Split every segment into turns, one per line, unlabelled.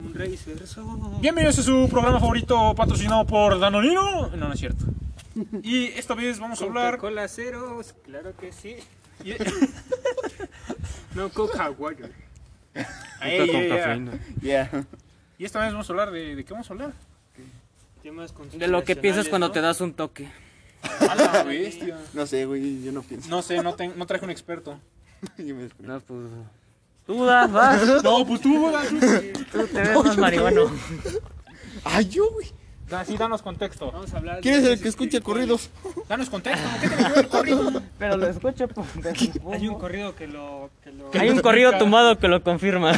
Suegra y suegro.
Bienvenidos a su programa favorito patrocinado por Danonino. No, no es cierto. Y esta vez vamos a hablar.
Coca-Cola cero, claro que sí. No Coca Water.
Ey, ey, ey.
Yeah.
Y esta vez vamos a hablar de. ¿De qué vamos a hablar?
Temas
De lo que piensas cuando te das un toque.
A la bestia.
No sé, güey, yo no pienso.
No sé, no, ten- no traje un experto.
Yo me desconecto.
No, pues. Tú das, vas.
No, pues tú, güey.
Tú te ves más marihuano.
Ay, yo, güey.
Así danos contexto.
Vamos a hablar.
¿Quién es
de
el que escucha corridos?
Danos contexto. ¿Qué te metió el corrido?
Pero lo escucho por.
Hay un corrido que lo. Que lo...
Hay un corrido tumbado que lo confirma.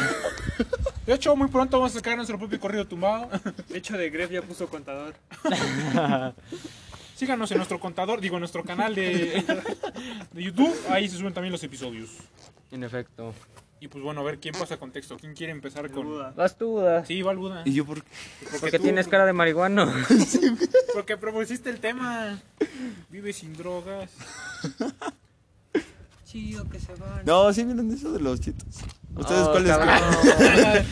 De hecho, muy pronto vamos a sacar nuestro propio corrido tumbado.
De hecho, de Gref ya puso contador.
Síganos en nuestro contador, digo, en nuestro canal de, de YouTube. Ahí se suben también los episodios.
En efecto.
Y pues bueno, a ver quién pasa contexto. ¿Quién quiere empezar con.?
Buda.
Vas tú, das.
Sí, Valbuda.
¿Y yo por qué?
Porque
tú-
tienes cara de marihuano.
Porque propusiste el tema. Vive sin drogas.
Chío, que se van.
No, sí vieron eso de los chetos. ¿Ustedes
Oh,
cuáles?
cabrón.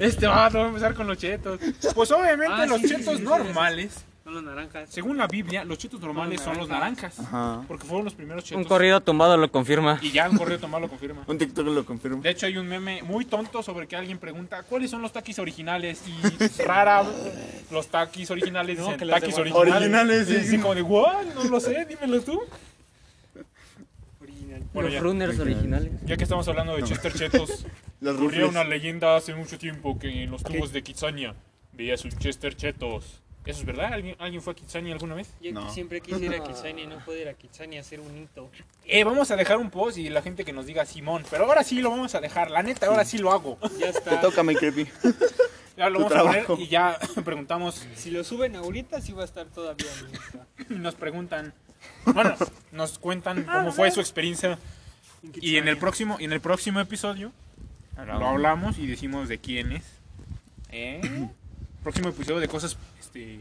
Este vato va a empezar con los chetos. Pues obviamente
Ah,
los
sí, sí,
chetos
sí, sí.
normales,
Son los naranjas.
según la Biblia, los chetos normales son los naranjas.
Ajá.
Porque fueron los primeros chetos.
Un corrido tumbado lo confirma.
Y ya un corrido tomado lo confirma.
Un TikTok lo confirma.
De hecho, hay un meme muy tonto sobre que alguien pregunta cuáles son los taquis originales y rara los taquis originales
No,
dicen
que los de
taquis
Guanajuato.
originales.
Originales,
Y
sí.
así como de, "What? No lo sé, dímelo tú."
Original.
Bueno,
los
ya.
runners originales.
Ya que estamos hablando de Chester Chetos,
Los
corría
rufles.
una leyenda hace mucho tiempo que en los tubos de Kitsania veías un Chester Chetos. ¿Eso es verdad? ¿Alguien, alguien fue a Kitsania alguna vez?
Yo
No.
siempre quise ir a Kitsania y no pude ir a Kitsania a hacer un hito.
Eh, vamos a dejar un post y la gente que nos diga Simón, pero ahora sí lo vamos a dejar, la neta, ahora sí lo hago.
Ya
Te
está.
toca, mi creepy.
Ya lo
Tu
vamos a poner
trabajo.
y ya preguntamos
Si lo suben ahorita, sí va a estar todavía. en lista.
y nos preguntan, bueno, nos cuentan cómo fue su experiencia y en el próximo y en el próximo episodio lo hablamos y decimos de quién es. ¿Eh? Próximo episodio de cosas este,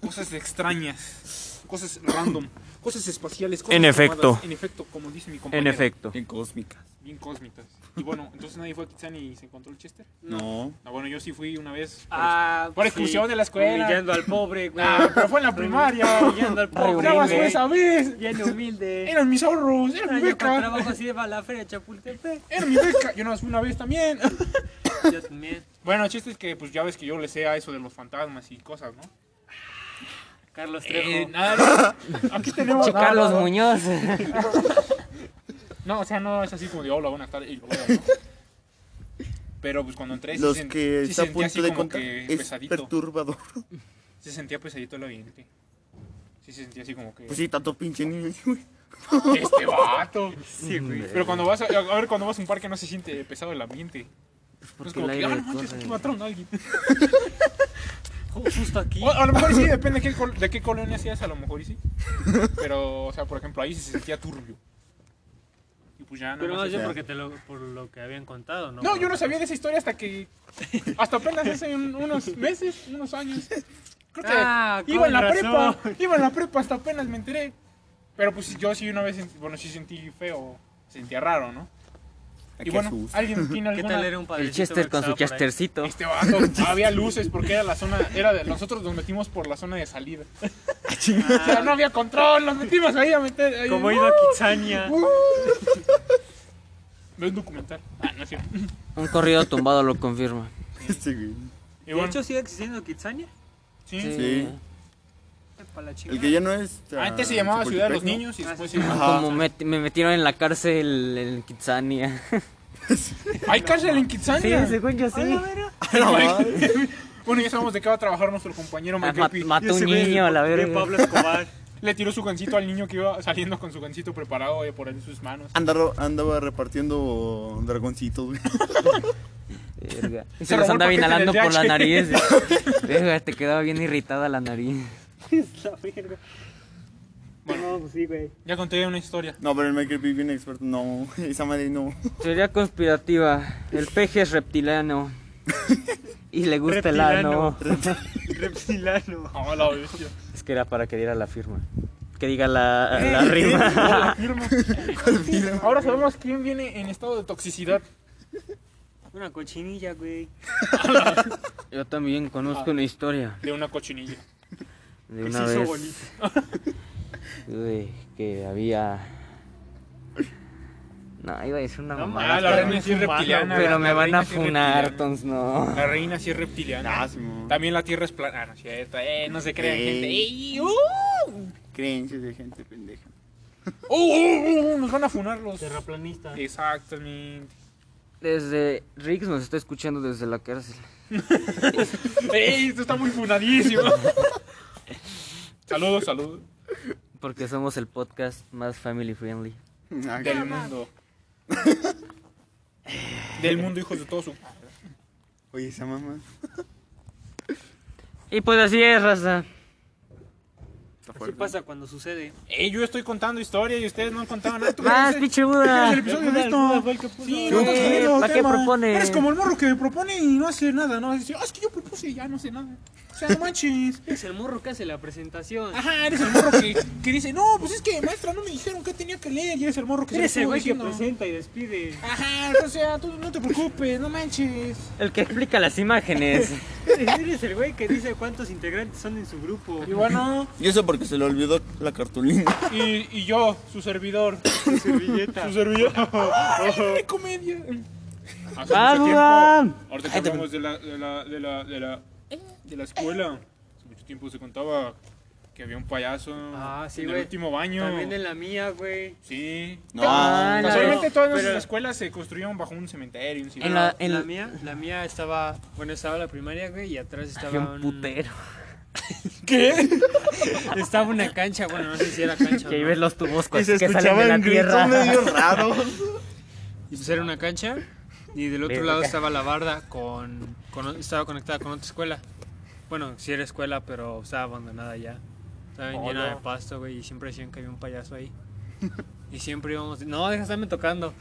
cosas extrañas, cosas random, cosas espaciales, cosas
En
llamadas,
efecto.
en efecto, como dice mi compañero.
En efecto.
En cósmicas.
Bien cósmicas. Y bueno, entonces nadie fue a Kitsani y se encontró el Chester.
No.
No, bueno, yo sí fui una vez. por
Ah,
Por
sí.
exclusión de la escuela.
Humillando al pobre, güey. pues,
Ah, pero fue en la primaria.
Humillando al
Nada más fue
pobre.
esa vez.
Bien humilde.
Eran mis ahorros, era mi
Yo con
beca.
trabajo así de la feria de Chapultepec.
Era mi beca. Yo nada más fui una vez también.
Yo también.
Bueno, el chiste es que pues ya ves que yo le sé a eso de los fantasmas y cosas, ¿no?
Carlos Trejo.
Eh, nada, aquí tenemos.
Che,
nada,
Carlos
nada.
Muñoz.
No, o sea, no es así como de hola, buenas tardes. y hola, ¿no? Pero pues cuando entré
Los
sí, sent-
que
sí
está a
sentía así
punto de
como
contar
que
es
pesadito.
perturbador.
Se sentía pesadito el ambiente. Sí se sentía así como que
Pues sí, tanto pinche niño, güey.
este vato.
Mm.
Pero cuando vas a, a ver cuando vas a un parque no se siente pesado el ambiente. No es
Pues Porque
como
el
que,
aire
ah, no
corre.
manches, aquí mataron a alguien.
Ju- Justo aquí.
O, a lo mejor sí, depende de qué, col- de qué colonia seas, a lo mejor y sí. Pero, o sea, por ejemplo, ahí sí se sentía turbio. Y pues ya no.
Pero más
sé.
yo porque te lo, por lo que habían contado, ¿no?
No, yo no sabía de esa historia hasta que. Hasta apenas hace un- unos meses, unos años. Creo que
Ah,
iba en la
con razón.
prepa. Iba en la prepa, hasta apenas me enteré. Pero pues yo sí una vez, sent- bueno, sí sentí feo. Sentía raro, ¿no? Y
Qué
bueno,
susto.
alguien tiene
¿Qué
alguna.
tal era un padrecito
El Chester con su
que estaba por ahí?
Chestercito.
Este vato, había luces porque era la zona, era de, nosotros nos metimos por la zona de salida.
Ah,
O sea, no había control, nos metimos ahí a meter. ahí.
Como he ido a Kitsania.
Ve un documental. Ah, no es cierto.
Un corrido tumbado lo confirma.
Este, güey.
Y
De
bueno,
hecho, sigue existiendo Kitsania.
sí.
Sí.
Para la
El
chingada.
que ya no es. ah,
Antes se llamaba Ciudad de los
Chapultepec,
Niños y
Ah,
después se
sí.
llamaba.
Como met- me metieron en la cárcel en Kitsania.
¡Hay cárcel en Kitsania!
yo sí.
bueno, ya sabemos de qué va a trabajar nuestro
Ah,
compañero Makepi.
mató un niño a la
De
verga.
Pablo Escobar.
Le tiró su gancito al niño que iba saliendo con su gancito preparado eh, por él en sus manos.
¿no? Andaba, andaba repartiendo dragoncitos, güey.
Verga. Y
Se
se los
robó el
andaba
paquete
inhalando
del
por la
DH.
nariz. Verga, te quedaba bien irritada la nariz.
Es la verga. No, pues sí, güey.
Ya conté una historia.
No, pero el Mike Creepy bien experto. No, esa madre no.
Teoría conspirativa. El peje es reptiliano. Y le gusta el ano.
Reptilano.
Ah, la bestia.
Es que era para que diera la firma. Que diga la, la
La
rima.
firma. Ahora sabemos quién viene en estado de toxicidad.
Una cochinilla, güey.
Yo también conozco una historia
de una cochinilla.
de
Que
una
se hizo
vez de que había. No, iba a decir una
No
mamada.
Ah, la
pero-
reina sí es
humana,
reptiliana.
pero
la-
me
la
van
reina
a
sí es reptiliana.
funar, entonces no.
La reina sí es reptiliana.
Ah, Simón.
También la tierra es plana. Ah, no es cierto. Eh, no se crean,
Ey.
gente. Ey, uh, uh,
Creencias de gente pendeja.
uh, uh, nos van a funar los.
Terraplanista.
Exactamente.
Desde Riggs nos está escuchando desde la cárcel.
Ey, esto está muy funadísimo. Saludos, saludos.
Porque somos el podcast más family friendly.
Ah,
Del mundo. Del mundo, hijos de todo su.
Oye, esa mamá.
Y pues así es, raza.
Está
Así
fuerte.
pasa cuando sucede.
Ey, yo estoy contando historia y ustedes no han contado nada. ¿Tú
Más
crees?
pinche Buda.
el episodio de esto. Sí,
no,
no,
Eh,
no,
¿pa' qué
tema.
propone?
Eres como el morro que propone y no hace nada, ¿no? Dice, "Ah, es que yo propuse y ya no sé nada. O sea, no manches.
Es el morro que hace la presentación.
Ajá, eres el morro que, que dice, no, pues es que maestra no me dijeron que tenía que leer. Y eres el morro Pues que se
Eres
lo
el
estuvo
güey que
diciendo.
presenta y despide.
Ajá, o sea, tú no te preocupes, no manches.
El que explica las imágenes.
Eres el güey que dice cuántos integrantes son en su grupo.
Y bueno,
Y eso porque se le olvidó la cartulina.
y, y yo, su servidor,
Su servilleta.
su servidor. ¡Ay, de comedia! Hace
Ah,
mucho tiempo,
Buda.
ahorita que hablamos de la, de la, de la, de la, de la escuela, hace mucho tiempo se contaba que había un payaso
Ah, sí,
en el
güey.
último baño.
También en la mía, güey.
Sí.
No.
Ah, la-
Casualmente todas
pero-
nuestras escuelas se construyeron bajo un cementerio. un
En
cementerio.
la- en
la,
la-
mía, la mía estaba, bueno, estaba la primaria, güey, y atrás
Qué
estaba
un putero.
¿Qué?
Estaba una cancha, bueno, no sé si era cancha.
Que ahí
¿no?
ves los tubos
Y
Pues que
se
salen de la
escuchaban gritos
tierra.
medio raros.
Y pues era una cancha y del otro
Verga.
lado estaba la barda con, con- estaba conectada con otra escuela. Bueno, sí era escuela, pero estaba abandonada ya. Estaba bien llena de
Hola.
pasto, güey, y siempre decían que había un payaso ahí. Y siempre íbamos, no, deja de estarme tocando.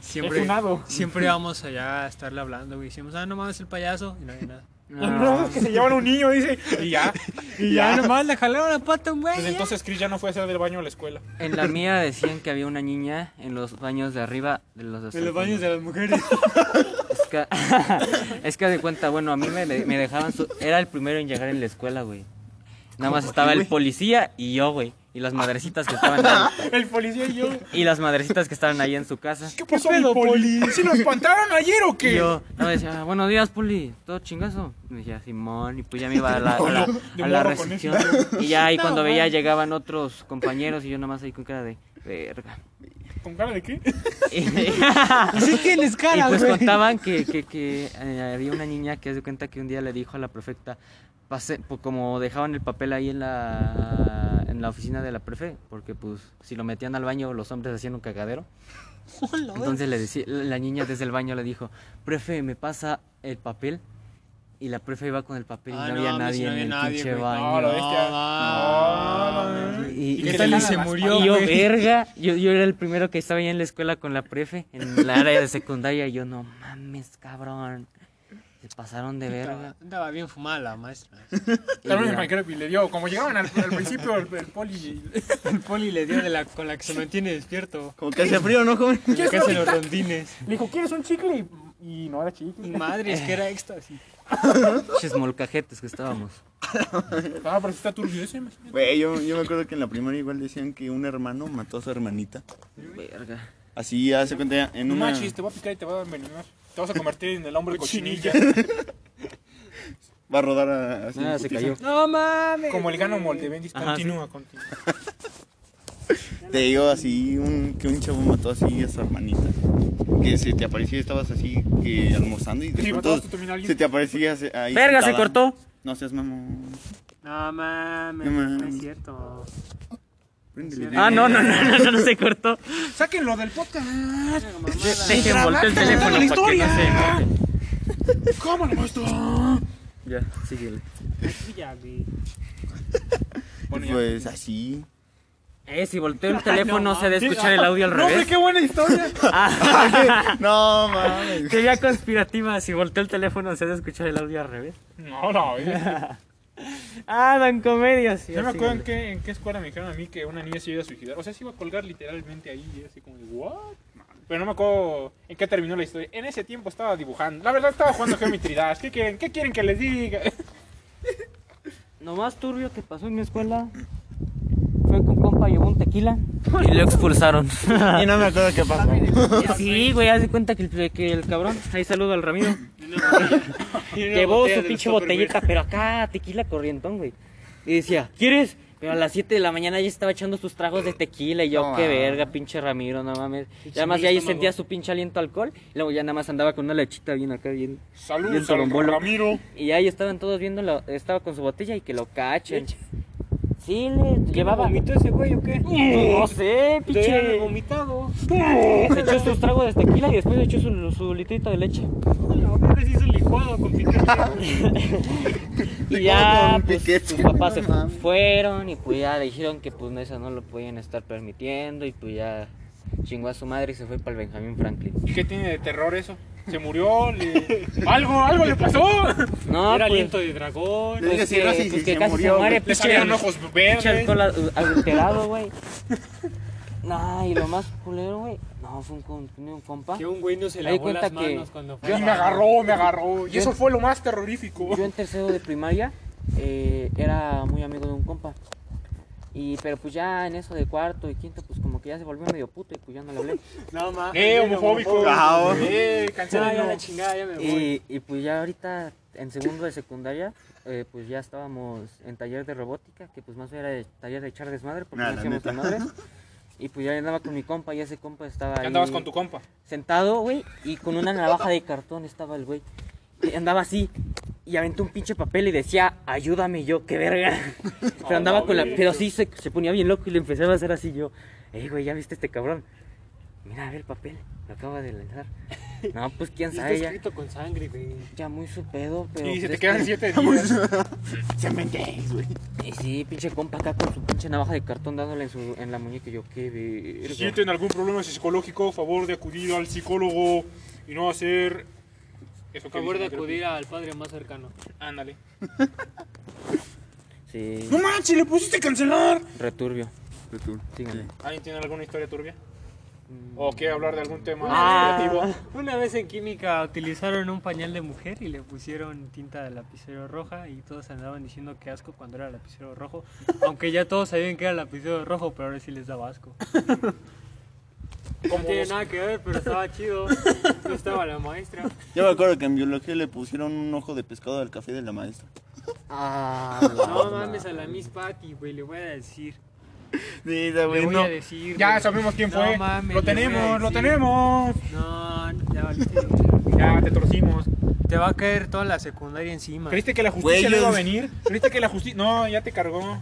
Siempre estaba-
Es un nabo.
siempre, siempre íbamos allá a estarle hablando, güey. Decíamos, ah, no mames, el payaso. Y no había nada.
No,
que se llevan un niño, dice. Y ya.
Y ya, nomás le jalaron la pata a un güey.
Pues
ya.
entonces Chris ya no fue a hacer del baño a la escuela.
En la mía decían que había una niña en los baños de arriba de los
En los baños de las mujeres.
Es que, es que haz de cuenta, bueno, a mí me, me dejaban. su- Era el primero en llegar en la escuela, güey. Nada más estaba el policía y yo, güey. Y las madrecitas que estaban ahí,
El policía y yo.
Y las madrecitas que estaban ahí en su casa.
¿Qué pasó, mi poli? ¿Si lo espantaron ayer o
Y
qué?
yo, no, me decía, buenos días, Poli, todo chingazo. Me decía, Simón, y pues ya me iba a la, a la,
de
a la
morro con
recepción. Y ya, y cuando veía, llegaban otros compañeros y yo nada más ahí con cara de verga.
¿Con cara de qué?
Y,
Así tienes
y pues contaban que, que, que, eh, había una niña que se dio cuenta que un día le dijo a la prefecta, pase, po- como dejaban el papel ahí en la, en la oficina de la prefe, porque pues si lo metían al baño los hombres hacían un cagadero. Entonces le decí- la niña desde el baño le dijo, prefe, ¿me pasa el papel? Y la prefe iba con el papel
Ah,
y no,
no
había
mames,
nadie
no
en
había
el
nadie,
pinche
güey.
baño.
No, la bestia.
No,
No,
mames.
Y,
¿Y qué
y-
tal
y-
y se murió,
y yo,
güey?
verga, yo, yo era el primero que estaba ya en la escuela con la prefe, en la área de secundaria, y yo, no mames, cabrón, se pasaron de verga.
Andaba, andaba bien fumada la maestra.
Y
Tal vez el
ya.
Minecraft le dio. Como llegaban al, al principio el, el poli.
El poli le dio de la con la que se mantiene despierto.
Como que hace frío, ¿no, joven?
Con la que hace los rondines.
Le dijo, ¿quieres un chicle? Y, no era chicle.
Madre, es que era éxtasis.
Pinches molcajetes que estábamos.
Ah, pero sí está turbio ese, imagínate.
Güey, yo, yo me acuerdo que en la primaria igual decían que un hermano mató a su hermanita.
Verga.
Así, hace cuenta, en
No
una...
manches, te va a picar y te va a envenenar. Te vas a convertir en el hombre cochinilla.
Va a rodar a- así.
Ah, se cayó.
No mames.
Como el gano Moldevendis.
Ajá, sí.
Continúa, continúa.
Te digo así, un, que un chavo mató así a su hermanita. Que se te aparecía, estabas así, que almorzando y de
Sí,
pronto
mataste también a alguien.
se te aparecía se- ahí
Verga, se
sentada.
cortó.
No seas mamón.
No mames,
No mames.
no es cierto.
Préndele.
Ah, no, no, no, no, no, no, se cortó.
Sáquenlo del podcast.
Una
De-
mamada.
Dejen voltear el teléfono para que no se moje.
¿Cómo lo muestro?
Ya, síguele.
Sí, ya, güey.
Bueno, ya.
Pues así.
Eh, si volteo el teléfono
No,
se debe escuchar el audio al
No, hombre,
revés.
qué buena historia.
No, mames.
Teoría conspirativa, si volteo el teléfono se debe escuchar el audio al revés.
No, no, eh.
Ah, dan comedias.
Yo me acuerdo en qué, en qué escuela me dijeron a mí que una niña se iba a suicidar. O sea, se iba a colgar literalmente ahí. Y así como de, ¿what? Pero no me acuerdo en qué terminó la historia. En ese tiempo estaba dibujando. La verdad estaba jugando Geometry Dash. ¿Qué quieren? ¿Qué quieren que les diga?
Lo más turbio que pasó en mi escuela fue que un compa llevó un tequila y lo expulsaron.
Y no me acuerdo qué pasó.
sí, güey, haz de cuenta que el, que el cabrón, ahí saludo al Ramiro, llevó su pinche botellita, pero acá tequila corrientón, güey. Y decía, ¿quieres? Pero a las 7 de la mañana ya estaba echando sus tragos de tequila y yo,
No,
qué
mames.
verga, pinche Ramiro, no mames. Y
Pinche
además
mal
ya ahí
estómago.
sentía su pinche aliento a alcohol y luego ya nada más andaba con una lechita bien acá, bien Y el
Saludos al
tolombolo.
Ramiro.
y ahí estaban todos viéndolo, estaba con su botella y que lo cachen. Sí, le llevaba.
vomitó ese güey o qué?
No sé,
Debería haber
pinche.
vomitado.
Se echó sus tragos de tequila y después se echó su, su litrito de leche.
No, creo que se hizo licuado con piquete.
Y
Con
ya,
un
pues,
piquete,
sus papás
no
se
mames.
fueron y pues ya le dijeron que pues no, eso no lo podían estar permitiendo y pues ya chingó a su madre y se fue para el Benjamín Franklin.
¿Y qué tiene de terror eso? ¿Se murió? Le- ¿Algo? ¿Algo le pasó?
No,
Era
pues,
aliento de dragón.
Le dije
pues
así,
que,
Rosy,
pues,
si
que
se
casi
murió,
se muere,
Le
pinche,
salieron ojos
pinche
verdes.
alcohol a- adulterado, güey. No, y lo más culero, güey, no, fue un, con- un compa.
Que un güey no se
Me di
lavó
cuenta
las
que-
manos cuando fue.
Y
a
me
bañar.
agarró, me agarró. Y eso fue lo más terrorífico.
Yo en tercero de primaria eh, era muy amigo de un compa. Y pero pues ya en eso de cuarto y quinto, pues como que ya se volvió medio puto y pues ya no le hablé.
No, mames.
Eh, homofóbico.
Ah,
Ya,
Eh,
ya la
cancélalo.
chingada, ya me voy.
Y, y pues ya ahorita en segundo de secundaria, eh, pues ya estábamos en taller de robótica, que pues más era de taller de echar desmadre porque
Ah,
no
la
hacíamos
neta.
desmadres. Y pues ya andaba con mi compa y ese compa estaba ahí.
Ya Andabas con tu compa.
sentado, güey, y con una navaja de cartón estaba el güey. Y andaba así y aventó un pinche papel y decía, ayúdame y yo, qué verga. Pero andaba con la... Pero sí, se, se ponía bien loco y le empezaba a hacer así yo. Ey, güey, ¿ya viste este cabrón? Mira, a ver el papel, lo acaba de lanzar. No, pues
Y
quién
Está
sabe, ya,
escrito con sangre, güey.
ya muy su pedo, pero...
Y se
pues,
te
es
quedan
que-
siete días.
Se me gays, güey.
Y sí, pinche compa acá con su pinche navaja de cartón dándole en, su, en la muñeca y yo, qué verga.
Si sienten algún problema psicológico, favor de acudir al psicólogo y no hacer... Eso que
Favor de
dije, creo
acudir
que-
al padre más cercano.
Ándale.
Sí,
¡No manches, le pusiste cancelar!
returbio. Síganme. Mm.
¿Alguien tiene alguna historia turbia? ¿O quiere hablar de algún tema
Ah.
negativo?
Una vez en química utilizaron un pañal de mujer y le pusieron tinta de lapicero roja y todos andaban diciendo que asco cuando era lapicero rojo, aunque ya todos sabían que era lapicero rojo, pero ahora sí les daba asco. No
Como
tiene
los-
nada que ver, pero estaba chido. No estaba la maestra.
Yo me acuerdo que en biología le pusieron un ojo de pescado al café de la maestra.
Ah,
No mames a la Miss Patty, güey, le voy a decir.
Sí, esa,
Le
güey,
voy
no.
a decir.
Ya
güey.
sabemos quién
No
fue.
mames, le voy
lo
a
tenemos, lo
decir.
tenemos.
No, ya valiste.
Ya, te torcimos.
Te va a caer toda la secundaria encima.
¿Creíste que la justicia
Güey,
no
yo-
iba a venir? ¿Creíste que la justicia.? No, ya te cargó.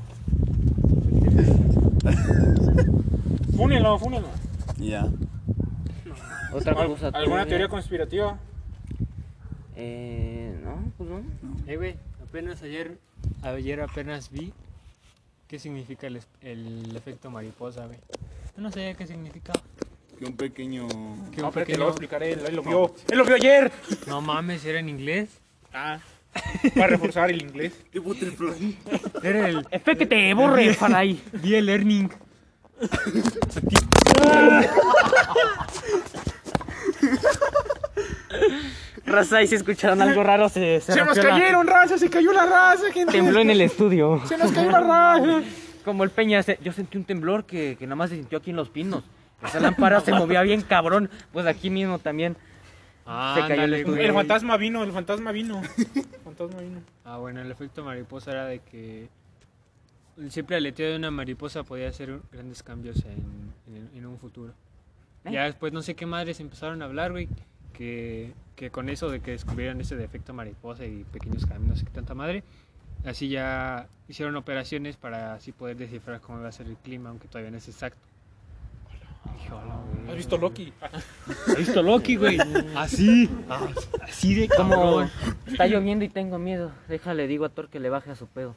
Fúnelo, fúnelo.
Ya.
Otra
Al-
cosa.
¿Alguna
turbia.
teoría conspirativa?
Eh, no, pues no.
Eh, güey, apenas ayer, ayer apenas vi qué significa el, es- el efecto mariposa, güey. Yo no sabía qué significaba.
Que un pequeño.
Que
no,
un
pero te
pequeño-
lo voy a explicar él. Él lo vio. Él lo vio ayer.
No mames, era en inglés.
Ah. Para reforzar el inglés.
¿Qué butterfly?
Era el.
Espérate, borre, para ahí.
Vi el learning.
Raza, y si escucharon algo raro, se, se,
¡Se nos
rompió la-
cayeron raza! ¡Se cayó la raza, gente!
Tembló en el estudio.
¡Se nos cayó la raza!
Como el Peña, se- yo sentí un temblor que, que nada más se sintió aquí en los pinos. Esa lámpara se movía bien cabrón. Pues aquí mismo también.
Ah,
Se cayó el
ándale,
estudio.
güey.
El fantasma vino, el fantasma vino. El fantasma vino.
Ah, bueno, el efecto mariposa era de que el simple aleteo de una mariposa podía hacer grandes cambios en, en- en un futuro.
¿Eh?
Ya después no sé qué madres empezaron a hablar, güey, que, que con eso de que descubrieron ese defecto mariposa y pequeños cambios, no sé qué tanta madre, así ya hicieron operaciones para así poder descifrar cómo iba a ser el clima, aunque todavía no es exacto. Dije, "Hola, güey".
¿Has visto Loki?
¿Has visto Loki, güey? Así, ah, así de
Como
cabrón.
está lloviendo y tengo miedo. Déjale, digo a Thor que le baje a su pedo.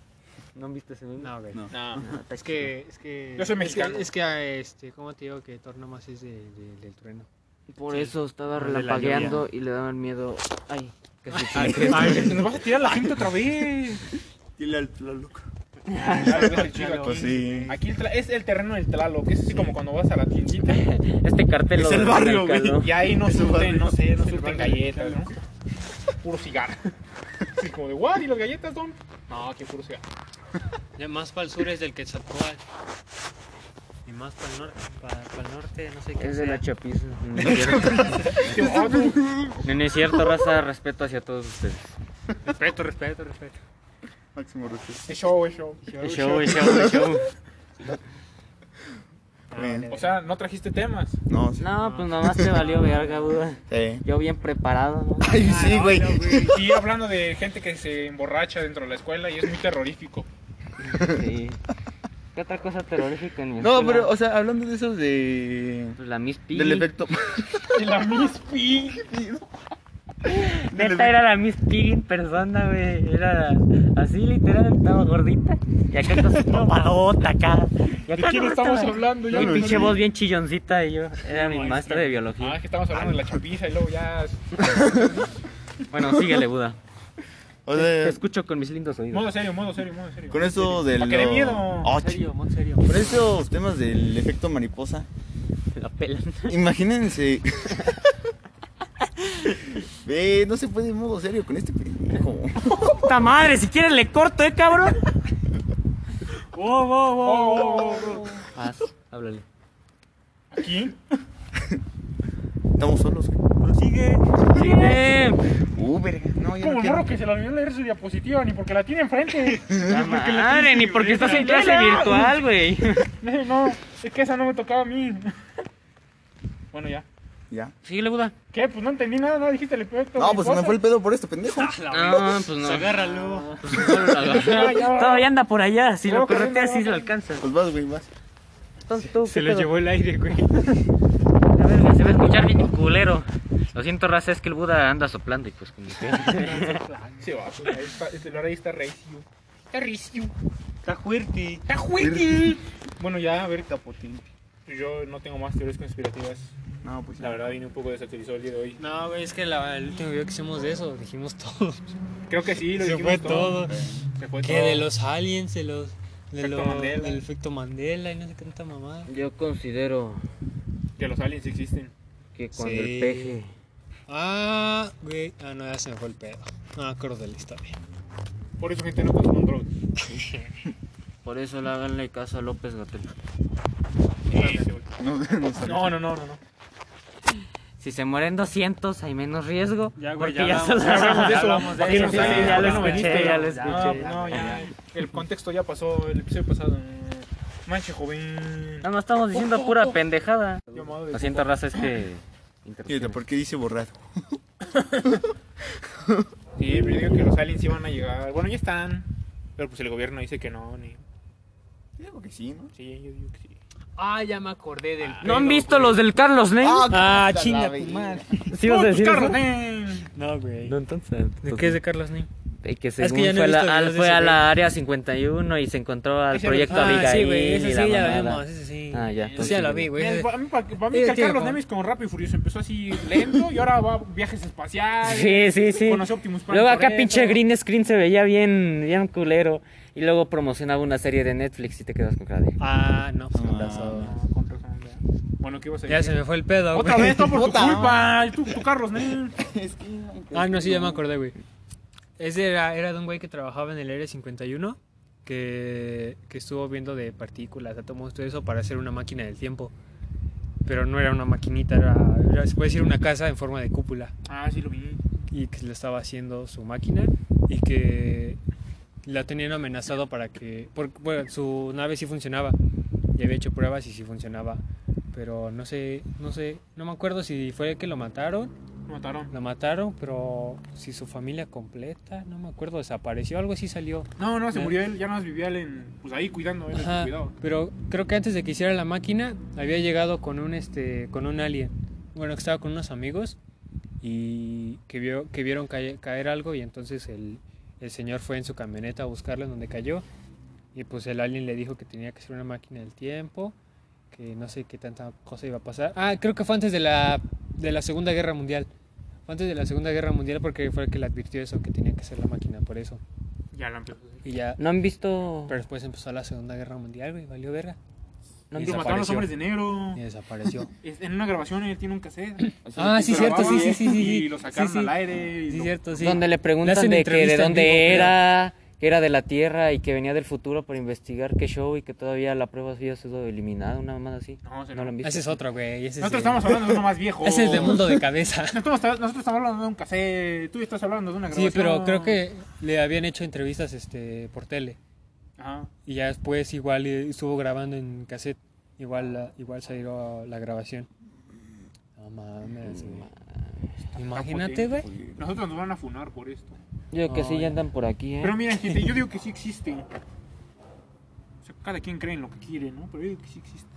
¿No viste ese meme?
No, güey.
No.
No.
Está
Es que, es que.
Yo soy
es
mexicano.
que- Es que, ah, este, ¿cómo te digo que Thor nomás es de- de- del trueno?
chido. Por
sí.
eso estaba
Por de la
relampagueando y le daban miedo. Ay, casi.
Ay,
Se nos va a tirar la gente otra vez.
Dile al Tlaloc. Pues sí.
Aquí el tla- es el terreno del Tlaloc, es así como cuando vas a la tiendita
Este cartel
Es
lo
el
venden
barrio,
acá,
güey.
¿no?
y ahí nos
Es un
surten,
barrio.
no sé, nos surten galletas, ¿no? Puro cigarro. Así como de, ¿what? ¿Y las galletas son? No, que puro cigarro.
Ya más para el sur es del Quetzalcóatl. Y más para el norte, para, el norte, no sé qué.
Es de
sea.
la chapiza. No es cierto.
Que, "Ah, tú".
No, no es cierto, raza. Respeto hacia todos ustedes.
Respeto, respeto, respeto.
Máximo respeto.
Es show, es show.
Es show, es show, es show.
Bien.
O sea, no trajiste temas.
No, sí.
No, pues nomás te valió verga, Buda.
Sí.
Yo bien preparado, ¿no?
Ay, sí, güey.
Y hablando de gente que se emborracha dentro de la escuela y es muy terrorífico.
Sí. ¿Qué otra cosa terrorífica en mi
No,
escuela?
pero, o sea, hablando de esos de.
Pues la Miss Piggy.
Del efecto.
Y la Miss Pig.
Neta era la Miss Piggy en persona, güey. Era así, literal, estaba gordita. Y acá está su papadota acá. Y
¿De
acá
quién
no,
estamos
estaba-
hablando? Ya
Mi
no-
pinche
no-
voz bien chilloncita y yo. Era mi maestra de
Ah,
biología.
es que estamos hablando de la chapiza y luego ya.
Bueno, síguele, Buda.
O
Te
sea,
escucho con mis lindos oídos.
Modo serio, modo serio, modo serio.
con eso del.
Pa' que dé miedo.
Oh, chi-
mon serio.
Por esos temas del efecto mariposa.
La pelan.
Imagínense. Ve, no se puede en modo serio con este pendejo.
¡Puta madre! Si quieres le corto, eh, cabrón.
Wow, wow, wow.
Oh, oh, oh.
Paz, háblale.
¿Aquí?
Estamos solos, güey.
Sigue.
Sigue.
Uh, verga. No, ya
Como
no
el
quiero.
morro que se le olvidó leer su diapositiva, ni porque la tiene enfrente.
La madre, ni porque estás en clase virtual, güey.
No, no, es que esa no me tocaba a mí. Bueno, ya.
Ya.
Síguele, Buda.
¿Qué? Pues no entendí nada, no dijiste el efecto.
No, pues se me
mariposa.
fue el pedo por esto, pendejo.
No, pues no.
Agárralo.
Todavía anda por allá, si lo
Luego
correteas
corriendo,
sí lo alcanzas.
Pues vas, güey, vas.
Entonces tú,
Se
¿qué
lo
pedo?
llevó el aire, güey.
La verga, se va a escuchar bien culero. Lo siento, raza, es que el Buda anda soplando y pues como que...
Sí, va, pues, ahí está, este, ahora ahí está recio. Está recio.
Está fuerte.
Está juegui. Bueno, ya, a ver, Tapotilti. Yo no tengo más teorías conspirativas.
No, pues
La
ya.
verdad, vine un poco desactualizado el día de hoy.
No, güey, es que la- el último video que hicimos de eso, dijimos todo.
Creo que sí, lo
Se
dijimos
fue todo.
Se fue
Que
todo.
de los aliens, de los. De
Efecto
los
Mandela.
del efecto Mandela y no sé qué tanta mamada.
Yo considero
Que los aliens existen.
que
cuando el Sí. peje- Ah, güey. Ah, no, ya se me fue el pedo. No me acuerdo de la historia.
Por eso, gente, no consuman drogas.
Por eso le háganle caso a López Gatel.
No, no sé.
No, no, no, no. no.
Si se mueren 200 hay menos riesgo.
Ya, güey,
porque
ya
se
hablamos,
los-
ya hablamos de eso.
hablamos de
Sí,
eso,
sí,
ya,
sí,
ya
ya lo
no veniste,
escuché, ya lo
Ya,
escuché.
no, ya. El contexto ya pasó, el episodio pasado. Manche joven.
Nada más estamos diciendo pura pendejada.
Llamado
Lo
de
siento, raza, es que...
Fíjate, ¿por qué dice borrado?
Sí, pero yo digo que los aliens iban a llegar. Bueno, ya están. Pero pues el gobierno dice que no, ni.
Digo que sí,
¿Eh?
¿no?
Sí, yo digo que sí.
Ah, ya me acordé del.
¿No han visto los del Carlos Ney?
Ah,
puta
chinga
la
tu
verga.
madre.
¿Sí vas a decir eso?
Oh, Carlos, ven.
No, güey.
No, entonces...
¿De qué es de Carlos Nim?
Y que
que
según
ya no he
fue, a la-
visto
al-
videos de
fue
ese güey.
a
Ah,
la área 51 y se encontró al
Ese
proyecto
güey.
Abigail
sí, güey,
y
ese
la
sí ya lo
mamada.
vimos, ese sí.
Ah, ya,
Ese ya lo vi, güey.
Mira,
ese-
Para mí, para, para mí
Sí,
que
tiene
Carlos
como-
Neme es como rápido y furioso. Empezó así lento y ahora va a viajes espaciales.
Sí, sí, sí.
Conoció Optimus Prime
Luego
por
acá
eso.
pinche green screen se veía bien, bien culero. Y luego promocionaba una serie de Netflix y te quedas con cara de...
Ah, no. pues,
No,
con razón.
No, Ah, con razón, ya. Bueno, ¿qué ibas a decir?
Ya se me fue el pedo,
Otra
güey.
vez, todo por tu
Puta.
culpa. Tú, tú, Carlos Neme.
Es que-
Ah, no, sí, ya me acordé, güey. Ese era, era de un güey que trabajaba en el Área 51 que, que estuvo viendo de partículas, átomos, todo eso para hacer una máquina del tiempo. Pero no era una maquinita, era, era- se puede decir una casa en forma de cúpula.
Ah, sí, lo vi.
Y que lo estaba haciendo su máquina y que la tenían amenazado para que... Porque, bueno, su nave sí funcionaba. Y había hecho pruebas y sí funcionaba. Pero no sé, no sé, no me acuerdo si fue que lo mataron
Lo mataron.
la mataron, pero si su familia completa, no me acuerdo, desapareció, algo así salió.
No, no, se
Ya.
murió él. Ya nos vivía él en. Pues ahí cuidando, él.
Ajá,
Cuidado.
pero creo que antes de que hiciera la máquina, había llegado con un este con un alien. Bueno, que estaba con unos amigos y que vio que vieron caer, caer algo y entonces el, el señor fue en su camioneta a buscarlo en donde cayó y pues el alien le dijo que tenía que ser una máquina del tiempo, que no sé qué tanta cosa iba a pasar. Ah, creo que fue antes de la de la Segunda Guerra Mundial. Fue antes de la Segunda Guerra Mundial porque fue el que le advirtió eso que tenía que ser la máquina por eso.
Ya la empezó.
Y ya.
¿No han visto...?
Pero después empezó la Segunda Guerra Mundial, güey. Valió verga.
¿No han
Y
Lo
visto-
mataron los
desapareció.
hombres de negro.
Y desapareció.
Es- En una grabación él tiene un cassette.
Ah, sí,
Lo
cierto,
grababan
sí, sí, sí, sí, sí.
Y lo sacaron
Sí, sí.
al aire. y
Sí,
lo-
cierto, sí.
Donde le preguntan
hacen
de que de
entrevista en
dónde
vivo, creo.
era, que era de la Tierra y que venía del futuro para investigar qué show y que todavía la prueba había sido eliminada, una mamada así.
No, se
lo han visto.
Ese es otro, güey. Ese es
Nosotros
de-
estamos hablando de uno más viejo.
Ese es de mundo de cabeza.
Nosotros, estamos- nosotros estamos hablando de un cassette. Tú estás hablando de una
Sí,
grabación.
pero creo que le habían hecho entrevistas este por tele.
Ajá.
Y ya después igual eh, estuvo grabando en cassette. Igual, la- igual salió la grabación. No mames, güey. Imagínate, güey.
Nosotros nos van a funar por esto.
Yo que sí,
Ay.
ya andan por aquí, ¿eh?
Pero miren, gente, yo digo que sí existe. O sea, cada quien cree en lo que quiere, ¿no? Pero yo digo que sí existe.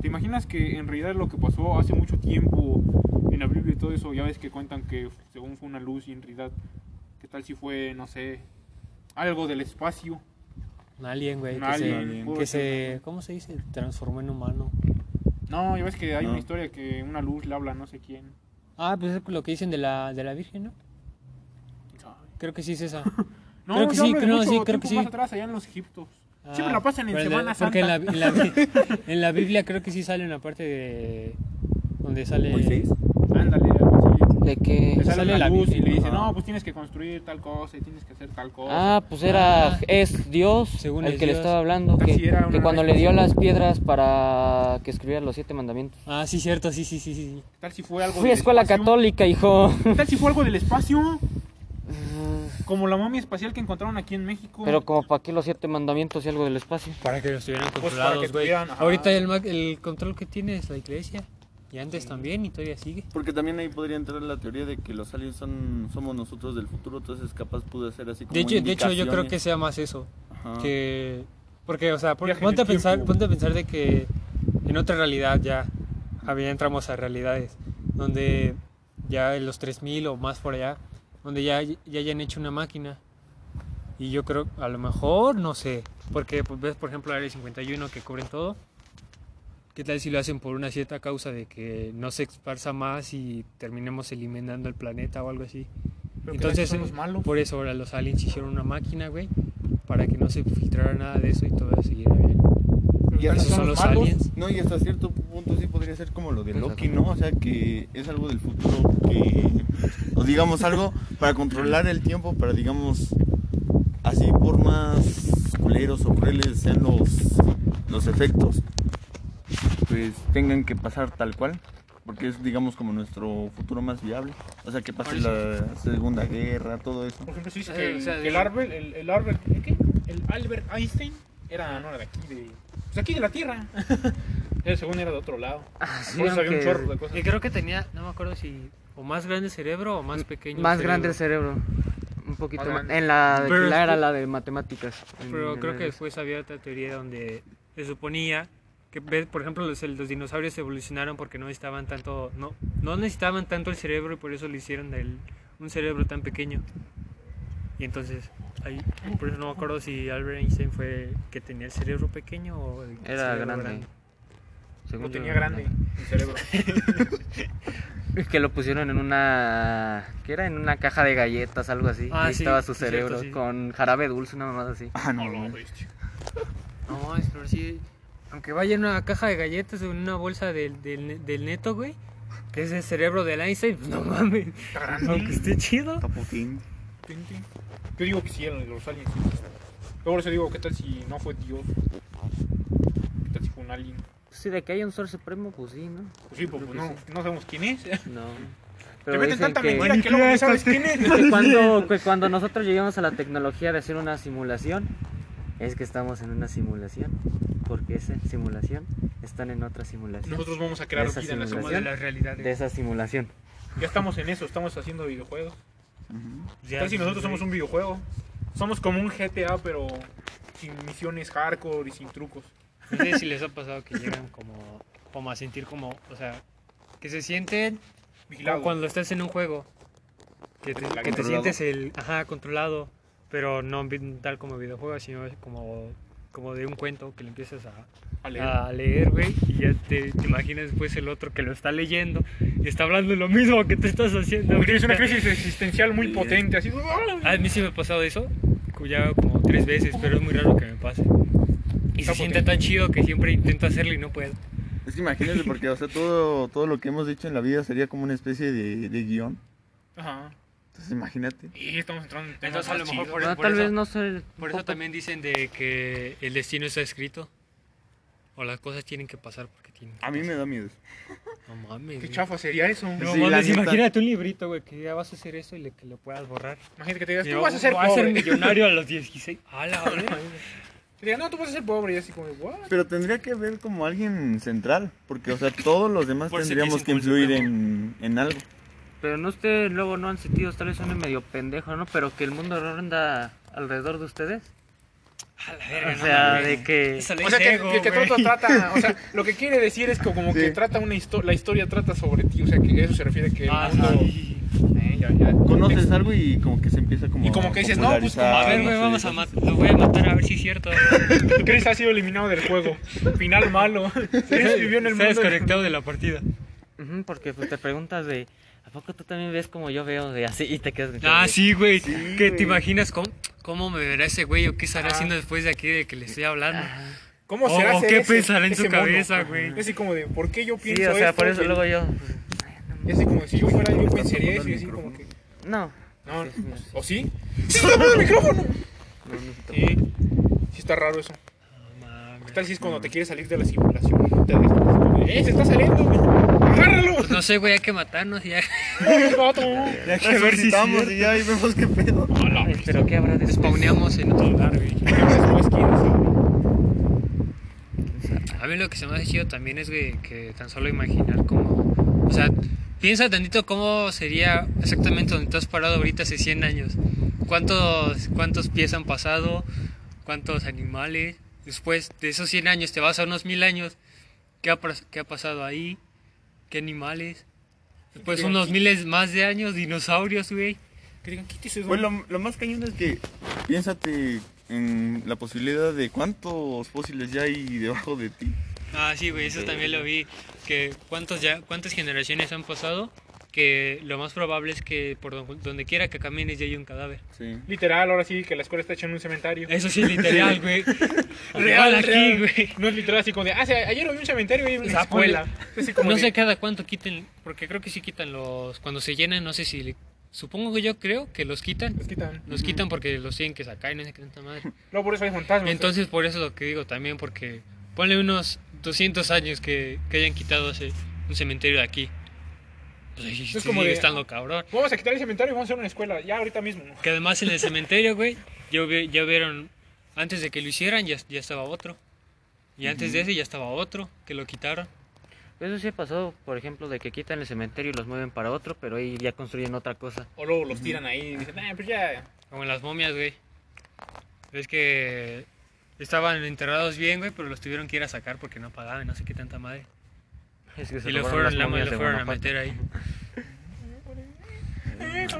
¿Te imaginas que en realidad lo que pasó hace mucho tiempo, en abril y todo eso, ya ves que cuentan que según fue una luz y en realidad, ¿qué tal si fue, no sé, algo del espacio?
Un alien, güey.
Un
Que, se-
alien,
que
puede ser.
se. ¿Cómo se dice? Transformó en humano.
No, ya ves que hay
No.
una historia que una luz le habla a no sé quién.
Ah, pues es lo que dicen de la, de la Virgen, ¿no? Creo que sí es esa.
No,
Creo que
yo
sí,
hablo de
creo-
mucho
sí, creo
tiempo
que sí.
más atrás, allá en los egiptos.
Ah,
Siempre la pasan en
pero de-
Semana
Porque en la,
Santa.
en, la, en la Biblia creo que sí sale una parte de. Donde sale.
¿Moisés?
Ándale, algo así.
¿De qué?
Le sale,
sale
la
la
luz y
Virgen,
le dice,
ajá.
no, pues tienes que construir tal cosa y tienes que hacer tal cosa.
Ah, pues era...
Ah.
Es Dios
Según
el
es
que le
Dios.
estaba hablando,
Ah, sí, era
que,
una
que cuando
nave
le dio
espacial.
las piedras para que escribiera los siete mandamientos.
Ah, sí, cierto, sí, sí, sí. sí.
¿Qué tal si fue algo
Fui a
del
escuela
espacio?
católica, hijo.
¿Qué tal si fue algo del espacio? Como la momia espacial que encontraron aquí en México.
Pero como para qué los siete mandamientos y algo del espacio.
Para que los tuvieran
Pues para que
controlados, güey.
estuvieran, ajá.
Ahorita el, ma- el control que tiene es la iglesia. Y antes también, y todavía sigue.
Porque también ahí podría entrar la teoría de que los aliens son, somos nosotros del futuro, entonces capaz pudo ser así como
De hecho, de hecho, yo creo que
indicaciones.
sea más eso.
Ajá.
Que. Porque, o sea, porque-
Viaje en
ponte, a
el
pensar,
tiempo.
ponte a pensar de que en otra realidad ya. Había entramos a realidades. Donde ya en los 3000 o más por allá. Donde ya, ya hayan hecho una máquina. Y yo creo, a lo mejor, no sé. Porque pues, ves, por ejemplo, el área 51 que cubren todo. ¿Qué tal si lo hacen por una cierta causa de que no se esparza más y terminemos eliminando el planeta o algo así?
Pero ¿qué tal si
Entonces, eh,
son los malos.
por eso ahora los aliens hicieron una máquina, güey, para que no se filtrara nada de eso y todo siguiera bien.
Pero ¿qué
Ya
tal si
esos son los
malos?
aliens.
No, y hasta cierto punto sí podría ser como lo de Loki, ¿no? O sea, que es algo del futuro que... O digamos algo para controlar el tiempo, para digamos... Así por más culeros o crueles sean los, los efectos, pues tengan que pasar tal cual. Porque es, digamos, como nuestro futuro más viable. O sea, que pase la Segunda Guerra, todo eso.
Por ejemplo, sí,
Eh,
que,
o sea,
que
de-
el Albert, el, el Albert, ¿el qué? El Albert Einstein era, no era de aquí, de, pues aquí de la Tierra. Él según era de otro lado.
Ah,
Por eso había un chorro de cosas.
Y creo que tenía, no me acuerdo si o más grande cerebro o más pequeño.
Más
cerebro.
grande el cerebro. Un poquito
Más
más.
grande.
En la,
Pero
la era
después-
la de matemáticas. En-
Pero
en
creo
la-
que después había otra teoría donde se suponía que, ve, por ejemplo, los, el- los dinosaurios evolucionaron porque no necesitaban tanto, no, no necesitaban tanto el cerebro y por eso le hicieron el- un cerebro tan pequeño. Y entonces, ahí, por eso no me acuerdo si Albert Einstein fue que tenía el cerebro pequeño o el
Era
cerebro
grande. Según
Lo
yo,
tenía
era
grande el cerebro.
Es que lo pusieron en una. ¿Qué era? En una caja de galletas, algo así.
Ah,
Ahí
sí,
estaba su
sí, cierto,
cerebro.
sí.
Con jarabe dulce, una mamada así.
Ah,
No,
no,
no,
güey.
bestia.
No, es pero sí, aunque vaya en una caja de galletas o en una bolsa del, del, del neto, güey, que es el cerebro del Einstein, pues no mames,
Está grande.
aunque esté chido.
Está poquín.
Gente, Yo digo que sí, eran los aliens. sí. Yo por eso digo, ¿qué tal si no fue Dios? ¿Qué tal si fue un alien?
Sí, de que hay un ser supremo, pues sí, ¿no?
Pues sí, pues
Creo que
no, no sabemos quién es.
No.
Te
Pero
meten
dicen
tanta
que,
mentira que luego no sabes quién es.
que cuando, que cuando nosotros llegamos a la tecnología de hacer una simulación, es que estamos en una simulación. Porque esa simulación están en otra simulación.
Nosotros vamos a crear
Esa
vida en la
Como
simulación.
segunda
de las realidades.
De esa simulación.
Ya estamos en eso, estamos haciendo videojuegos.
Ya,
Casi nosotros
sí.
somos un videojuego. Somos como un GTA, pero sin misiones hardcore y sin trucos.
No sé si les ha pasado que llegan como, como a sentir como, o sea, que se sienten
Vigilados.
como cuando estás en un juego, que te, que te
Controlado.
sientes el, ajá, controlado, pero no vi- tal como videojuego, sino es como, como de un cuento que le empiezas a,
A leer.
a leer, güey, y ya te, te imaginas después el otro que lo está leyendo y está hablando lo mismo que tú estás haciendo.
Tienes una
ahorita.
crisis existencial muy potente, así. ¡ah!
A mí sí me ha pasado eso ya como tres veces, pero es muy raro que me pase. Y se
Está
siente
potente.
tan chido que siempre intento hacerlo y no puedo.
Es que imagínate, porque, o sea, todo, todo lo que hemos dicho en la vida sería como una especie de, de guión.
Ajá.
Entonces, imagínate.
Y estamos entrando en temas
Entonces, a
más
lo mejor por-
chidos.
No, tal
eso-
vez no ser.
Por eso
poco-
también dicen de que el destino está escrito. O las cosas tienen que pasar porque tienen que
A mí me da miedo.
pasar. No mames.
Qué
güey.
chafa sería eso.
No
Sí, la
mames,
neta.
Pues imagínate un librito, güey, que ya vas a hacer esto y le- que lo puedas borrar.
Imagínate que te digas,
Y
tú
yo,
vas a ser
voy
pobre.
millonario a los 16. A la
Te digan, no, tú vas a ser pobre. Y así como, ¿what?
Pero tendría que ver como alguien central, porque, o sea, todos los demás
Por si
tendríamos
dicen
que
como el
influir
supremo.
en, en algo.
Pero no ustedes luego no han sentido, tal vez suene medio pendejo, ¿no? Pero que el mundo ronda alrededor de ustedes.
verga,
O
no
sea,
mames.
de que.
Eso le
O sea,
dice
que,
ego,
que- que
güey.
todo trata, o sea, lo que quiere decir es que como que
Sí.
trata una historia, la historia trata sobre ti, o sea, que eso se refiere que el
Ah,
mundo...
sí.
Eh, ya, ya.
Conoces algo y como que se empieza como
Y como
a
que dices, no, pues, como,
A
popularizar,
ver,
no
güey,
sé,
vamos a
cosas
matar. Lo voy a matar a ver si es cierto.
Chris ha sido eliminado del juego. Final malo. Chris vivió en el
Está
mundo...
desconectado de la partida.
Ujú, porque pues, te preguntas de. ¿A poco tú también ves como yo veo? De así y te quedas. con cara
Ah,
de,
sí, güey. que
güey.
te imaginas cómo, cómo me verá ese güey o qué estará
Ah.
haciendo después de aquí de que le estoy hablando.
¿Cómo
O-
será
o
ser
qué
ese-
pensará en su
ese mono?
cabeza, güey.
Es así como de, ¿por qué yo
Sí,
pienso
o sea, por
esto?
eso luego yo. pues,
Y así como, si yo fuera, yo pensaría eso y así como que...
No.
No,
Sí, no sé.
¿o sí? ¡Sí, se apagó el micrófono!
No, no sé
Sí, sí está raro eso.
No mames.
¿Qué tal si es cuando te quieres salir de la simulación? y te dejas? ¡Eh, se está saliendo! güey! ¡Agárralo!
Pues no sé, güey, hay que matarnos ya.
¡Ay, vato!
Ya que
A ver si es
resucitamos y ya y vemos qué pedo.
Ay, Pero ¿qué habrá después?
Spawneamos en otro lugar, güey.
Después, ¿quién sabe?
A mí lo que se me hace chido también es güey, que tan solo imaginar cómo. O sea, piensa tantito cómo sería exactamente donde estás parado ahorita hace 100 años. ¿Cuántos, cuántos pies han pasado? ¿Cuántos animales? Después de esos 100 años te vas a unos 1000 años. ¿Qué ha, pas- qué ha pasado ahí? ¿Qué animales? Después unos miles más de años, dinosaurios, güey.
Que digan, quítese eso.
Pues lo, lo más cañón es que piénsate en la posibilidad de cuántos fósiles ya hay debajo de ti.
Ah, sí, güey, eso también lo vi. Que cuántos ya, cuántas generaciones han pasado, que lo más probable es que por don- donde quiera que camines ya hay un cadáver.
Sí.
Literal, ahora sí, que la escuela está hecha en un cementerio.
Eso sí es literal, güey. Eh, Real aquí,
real.
güey.
No es literal así como de, ah, sí, ayer vi un cementerio y hay una
Está
escuela. Así como
No
de,
sé cada cuánto quiten, porque creo que sí quitan los, cuando se llenan, no sé si, le- supongo que yo creo que los quitan.
Los quitan.
Los quitan porque los tienen que sacar y no sé qué tanta madre.
No, por eso hay fantasmas.
Entonces, por eso lo que digo también, porque ponle unos 200 años que, que hayan quitado ese, un cementerio de aquí. Pues ahí
Es
sí
como
sigue
de-
estando cabrón.
Vamos a quitar el cementerio y vamos a hacer una escuela. Ya, ahorita mismo.
Que además en el cementerio, güey, ya, hubi- ya vieron, antes de que lo hicieran ya, ya estaba otro. Y antes de ese ya estaba otro, que lo quitaron.
Eso sí pasó, por ejemplo, de que quitan el cementerio y los mueven para otro, pero ahí ya construyen otra cosa.
O luego los tiran ahí y dicen, ah, pues ya.
Como en las momias, güey. Es que estaban enterrados bien, güey, pero los tuvieron que ir a sacar porque no pagaban, no sé qué tanta madre.
Es que se
Y lo
robaron
fueron,
las
la,
momias
lo
de
fueron a
Guanajuato.
meter ahí.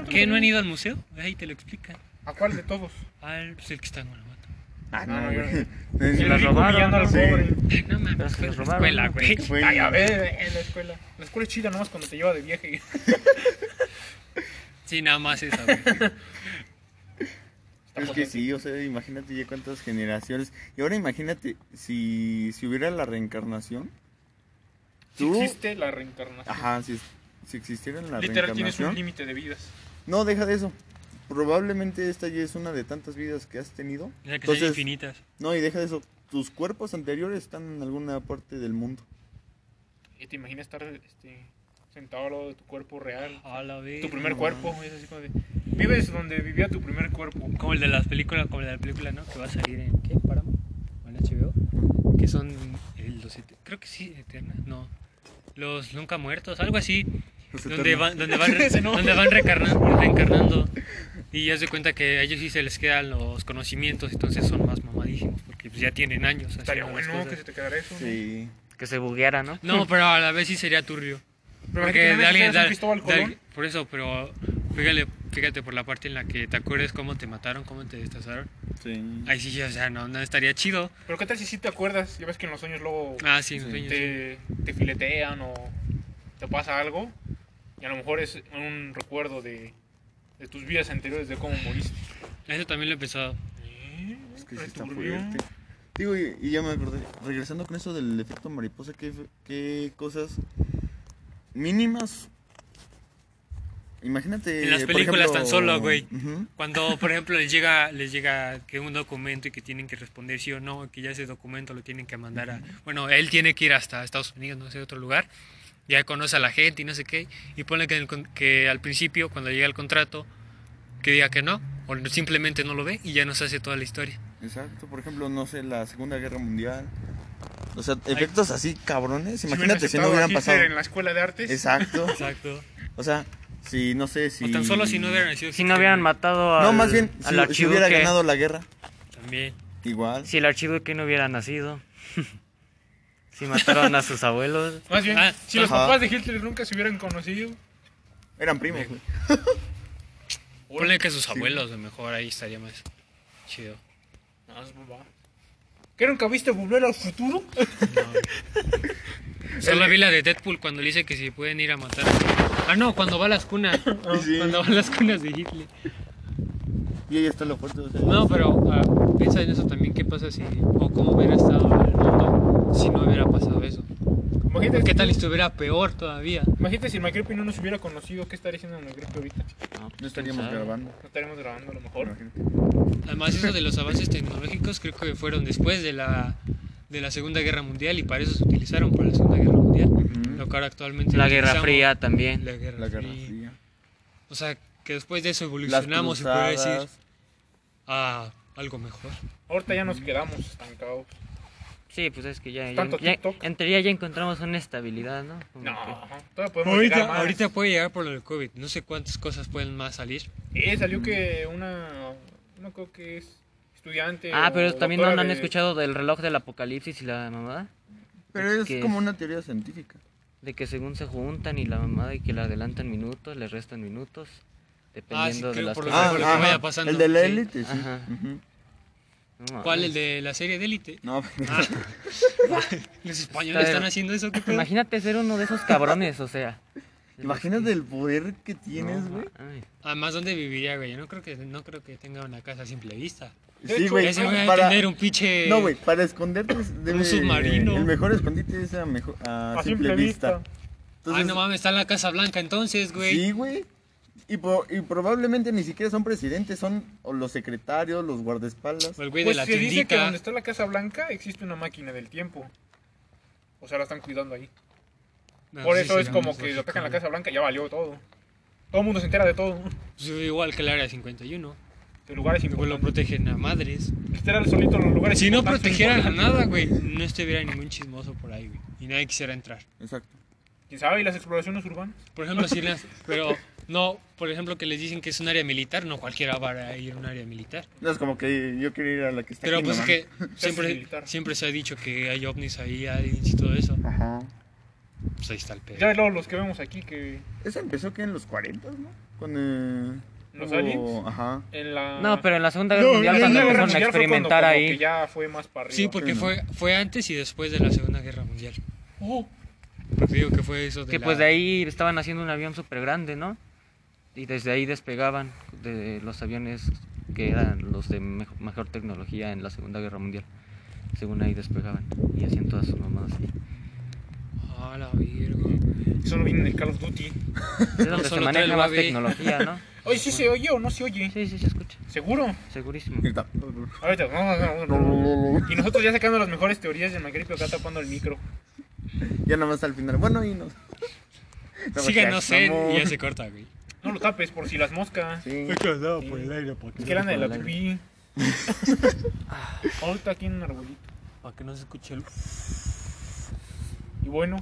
¿Qué? ¿No han ido al museo? Ahí te lo explican.
¿A cuál de todos?
Al, pues el que está en Guanajuato.
Ah,
No,
no,
yo-
güey.
Y
la
el rico
robaron,
humillando al
¿no? Sí.
pobre.
Ay, No mames,
Pero se
fue en
los
la
robaron,
escuela,
¿no?
güey.
Fue-
Ay, a ver, en la escuela. La escuela es chida nomás cuando te lleva de viaje.
Sí, nada más esa, güey.
Es que sí, o sea, imagínate ya cuántas generaciones. Y ahora imagínate, si, si hubiera la reencarnación,
Si
tú...
existe la reencarnación.
Ajá, si, si existiera la
Literal tienes un
reencarnación...
límite de vidas.
no, deja de eso. Probablemente esta ya es una de tantas vidas que has tenido.
O sea, que son
Entonces,
infinitas.
no, y deja de eso. Tus cuerpos anteriores están en alguna parte del mundo.
Y te imaginas estar este, sentado al lado de tu cuerpo real.
Ah,
A la vez.
Tu primer cuerpo. Es así como de, vives donde vivía tu primer cuerpo.
Como el de las películas, como el de la película, ¿no? Que va a salir en ¿qué? Paramount o en HBO. Que son el- los ete- creo que sí, eternas, no. Los nunca muertos, algo así.
Los
Donde
eternos.
van, donde van, re-
Ese no.
donde van recarna- reencarnando. Y ya se cuenta que a ellos sí se les quedan los conocimientos, entonces son más mamadísimos, porque pues, ya tienen años.
Estaría
haciendo las
bueno que se
cosas.
te quedara eso. ¿no?
Sí.
Que se bugueara, ¿no?
No, pero a la vez sí sería turbio.
Pero
Porque
imagínate,
de alguien-
eres un
de-
Cristóbal
de
Colón.
alguien- por eso, pero fíjate, fíjate por la parte en la que te acuerdes cómo te mataron, cómo te destazaron.
Sí.
Ahí sí, o sea, no, no estaría chido.
Pero qué tal si sí te acuerdas. Ya ves que en los sueños luego
Ah, sí, en
Sí.
sueños, sí.
te, te filetean o te pasa algo. Y a lo mejor es un recuerdo de, de tus vidas anteriores, de cómo moriste.
Eso también lo he pensado.
Es que sí está fuerte. Digo, y, y ya me acordé, regresando con eso del efecto mariposa, ¿qué, fe- qué cosas mínimas? Imagínate.
En las
por
películas
ejemplo,
tan solo, güey.
ujú,
Cuando, por ejemplo, les llega, les llega que un documento y que tienen que responder sí o no, que ya ese documento lo tienen que mandar a... Bueno, él tiene que ir hasta Estados Unidos, no sé, otro lugar. Ya conoce a la gente y no sé qué. Y ponle que, en el con- que al principio, cuando llega el contrato, que diga que no. O simplemente no lo ve y ya nos hace toda la historia.
Exacto, por ejemplo, no sé, la Segunda Guerra Mundial. O sea, efectos así cabrones.
hubieran
Imagínate si no
aceptado a
hubieran
Hitler
pasado.
En la escuela de artes.
Exacto.
Exacto.
O sea, si no sé si.
O tan solo si no hubieran sido...
Si no hubieran matado al,
No, más bien,
al
si, si hubiera
archiduque,
ganado la guerra,
También.
igual.
Si el archiduque no hubiera nacido. si mataron a sus abuelos.
Más bien,
Ah,
si los
ajá.
papás de Hitler nunca se hubieran conocido.
Eran primos, güey.
Ponle que sus abuelos, a lo mejor ahí estaría más chido.
No, es papá. ¿Que nunca viste volver al futuro?
Solo vi la de Deadpool cuando le dice que si pueden ir a matar. Ah, no, cuando va a las cunas.
Ah, Sí.
Cuando va a las cunas de Hitler.
Y ahí está lo fuerte. o sea,
No, pero ah, piensa en eso también. ¿Qué pasa si.? O cómo hubiera estado el mundo si no hubiera pasado eso.
Imagínate,
¿Qué tal si estuviera peor todavía?
Imagínate si el Macrepi no nos hubiera conocido. ¿Qué estaría haciendo el Macrepi ahorita?
No estaríamos grabando.
No estaríamos grabando a lo mejor.
Además, eso de los avances tecnológicos creo que fueron después de la, de la Segunda Guerra Mundial y para eso se utilizaron para la Segunda Guerra Mundial. Lo que ahora actualmente.
La Guerra
utilizamos-
Fría también.
La Guerra,
La Guerra
Fría.
Fría.
O sea, que después de eso
Las
evolucionamos, se puede decir,
cruzadas.
a algo mejor.
Ahorita ya nos quedamos estancados.
Sí, pues es que ya, ya,
Tanto
ya-
TikTok.
en teoría ya encontramos una estabilidad, ¿no? Como
No,
que-
ajá, todavía podemos llegar
Ahorita,
más.
ahorita puede llegar por el COVID. No sé cuántas cosas pueden más salir.
Eh, salió que una. No creo que es estudiante.
Ah,
o
pero también no,
doctora
no han
de-
escuchado del reloj del apocalipsis y la mamada.
Pero es
que-
como una teoría científica.
De que según se juntan y la mamada y que le adelantan minutos, le restan minutos. Dependiendo de
Ah, creo,
las
por lo
cosas.
Ah, que vaya pasando,
El de la
sí.
élite, sí.
Ajá.
Ujú.
Ah,
No,
¿Cuál?
mames.
El de la serie de élite. Ah.
No,
Los españoles
Está-
están haciendo eso. ¿Qué pedo?
Imagínate ser uno de esos cabrones, o sea.
imagínate el poder que
No,
tienes, güey.
mames.
Además, ¿dónde viviría, güey? Yo no creo que, no creo que tenga una casa a simple vista.
De
Sí,
hecho,
güey.
Ese güey va a
Para...
tener un pinche...
No, güey, para esconderte es- debe-
submarino.
El mejor escondite es a, mejo- a
A
simple, vista.
Ay, Ah, no mames, está en la Casa Blanca entonces, güey.
Sí, güey. Y, po- y probablemente ni siquiera son presidentes, son o los secretarios, los guardaespaldas.
O el güey
Pues
de la
se dice que
tiendita.
donde está la Casa Blanca existe una máquina del tiempo. O sea, la están cuidando ahí.
No,
Por
Ah, sí,
eso
sí,
es
no,
como
sí,
que
sí,
lo atacan la
claro.
Casa Blanca, ya valió todo. Todo el mundo se entera de todo.
Pues, igual que el Área 51.
De lugares
Que pues lo
importantes.
protegen a madres.
Literal, solito los lugares
Si no
importantes son
protegieran a
importantes.
nada, güey, no estuviera ningún chismoso por ahí, güey. Y nadie quisiera entrar.
Exacto.
¿Quién sabe? ¿Y las exploraciones urbanas?
Por ejemplo, si las... Pero no, por ejemplo, que les dicen que es un área militar. No cualquiera va a ir a un área militar.
No es como que yo quiero ir a la que está
Pero
aquí,
pues
no
es
mames.
que siempre,
militar.
siempre se ha dicho que hay ovnis ahí, aliens y todo eso.
Ajá.
Pues ahí está el pedo.
Ya luego los que vemos aquí que
Eso empezó que en los 40, ¿no? Con eh,
los
hubo-
aliens
Ajá.
en la
No, pero en la Segunda Guerra Mundial
en la
cuando
Guerra
empezaron a
Mundial fue cuando
experimentar
como
ahí.
que ya fue más para arriba.
Sí, porque
Sí, no.
fue, fue antes y después de la Segunda Guerra Mundial.
Oh,
Porque digo que fue eso de
Que
la-
pues de ahí estaban haciendo un avión súper grande, ¿no? Y desde ahí despegaban de los aviones que eran los de mejo- mejor tecnología en la Segunda Guerra Mundial. Según ahí despegaban y hacían todas sus mamadas ahí.
Ah, la virgo.
eso no viene en el Call of Duty.
Es donde se
solo trae el
maneja más
babi.
tecnología, ¿no?
Oye, sí se oye o no se oye.
Sí, sí, se escucha.
Seguro.
Segurísimo.
Está.
Ahorita. no, no, no, no. Y nosotros ya sacando las mejores teorías del Magripio acá tapando el micro.
Ya nada más al final. Bueno, y no. No,
Síganos
porque-
en.
mamón.
Y ya se corta, güey.
No lo tapes por si las moscas.
Sí.
por
el aire,
Es que eran de la
Por el
pipí. Ahorita aquí en un arbolito.
Para que no se escuche el.
Y bueno,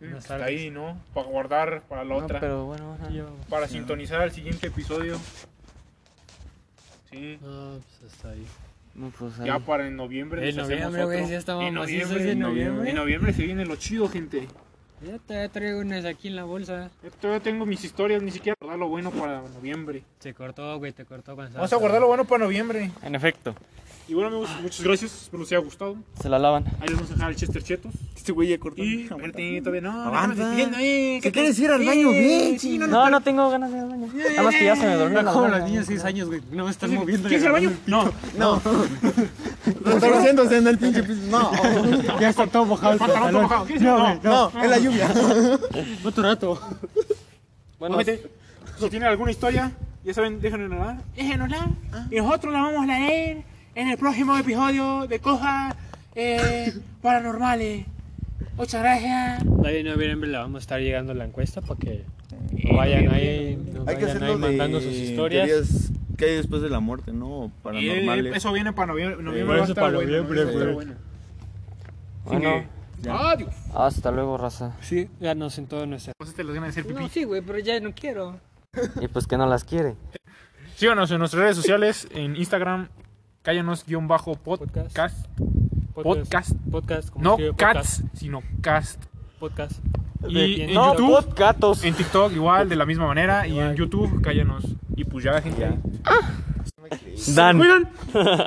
Buenas
está
tardes.
ahí, ¿no? Para guardar para la
No,
otra.
pero bueno,
Ah,
ajá.
Para sintonizar al siguiente episodio. Sí.
No, pues hasta ahí.
No, pues,
Ya
ahí.
para en noviembre.
En
les hacemos
noviembre, güey,
otro.
ya estamos
en
macizos
noviembre,
en
en noviembre.
noviembre.
En noviembre se viene lo chido, gente.
Ya te traigo unas aquí en la bolsa.
Yo todavía tengo mis historias, ni siquiera guardar lo bueno para noviembre.
Se cortó, güey, te cortó cuando
Vamos a guardar lo bueno para noviembre.
En efecto,
Y bueno, amigos, muchas gracias. Espero les haya gustado.
se la lavan.
Ahí les vamos a dejar el Chester Chetos.
Este güey ya cortó.
Y aguante, todavía no.
Aguanta.
déjame despidiendo, eh.
Si quieres ir al baño, bien,
Sí, no,
chino.
no.
No, no tengo ganas de ir al baño. Nada más que ya se me durmió la
como
gana.
los niños 6 años, güey. No me están moviendo.
¿Quieres ir al baño? No.
No. Lo está haciéndose en el pinche piso. No,
Ya está todo mojado. el
Pantalón todo
pantalón.
mojado. ¿Quieres ir al baño?
no, es la lluvia.
Otro rato.
Bueno,
Ojete, pues Si tienen alguna historia, ya saben, déjenosla. Déjenosla. Ah. Y nosotros la vamos a leer en el próximo episodio de Coja eh, Paranormales. Muchas gracias.
Ahí en noviembre la vamos a estar llegando la encuesta para que no vayan ahí, no
Hay
vayan ahí
que hacerlo
mandando
de
sus historias.
teorías que hay después de la muerte,
eh,
¿no? Paranormales.
eso viene para noviembre.
Eh,
noviembre va a
eso
estar
para
bueno,
noviembre,
eso va a estar
güey. Ah,
bueno.
bueno,
Adiós.
hasta luego, raza.
Sí, danos en todo nuestra.
Pues te las ganas de hacer pipí.
sí, güey, pero ya no quiero.
Y pues que no las quiere.
Síganos en nuestras redes sociales, en Instagram, cállanos-podcast. Podcast. Podcast.
Podcast. como
No
escribe
cats, sino cast.
Podcast.
Y en
No,
YouTube,
pod gatos.
en TikTok igual, de la misma manera. Y en YouTube, cállanos. Y pues ya, gente.
Dan.
Cuidan.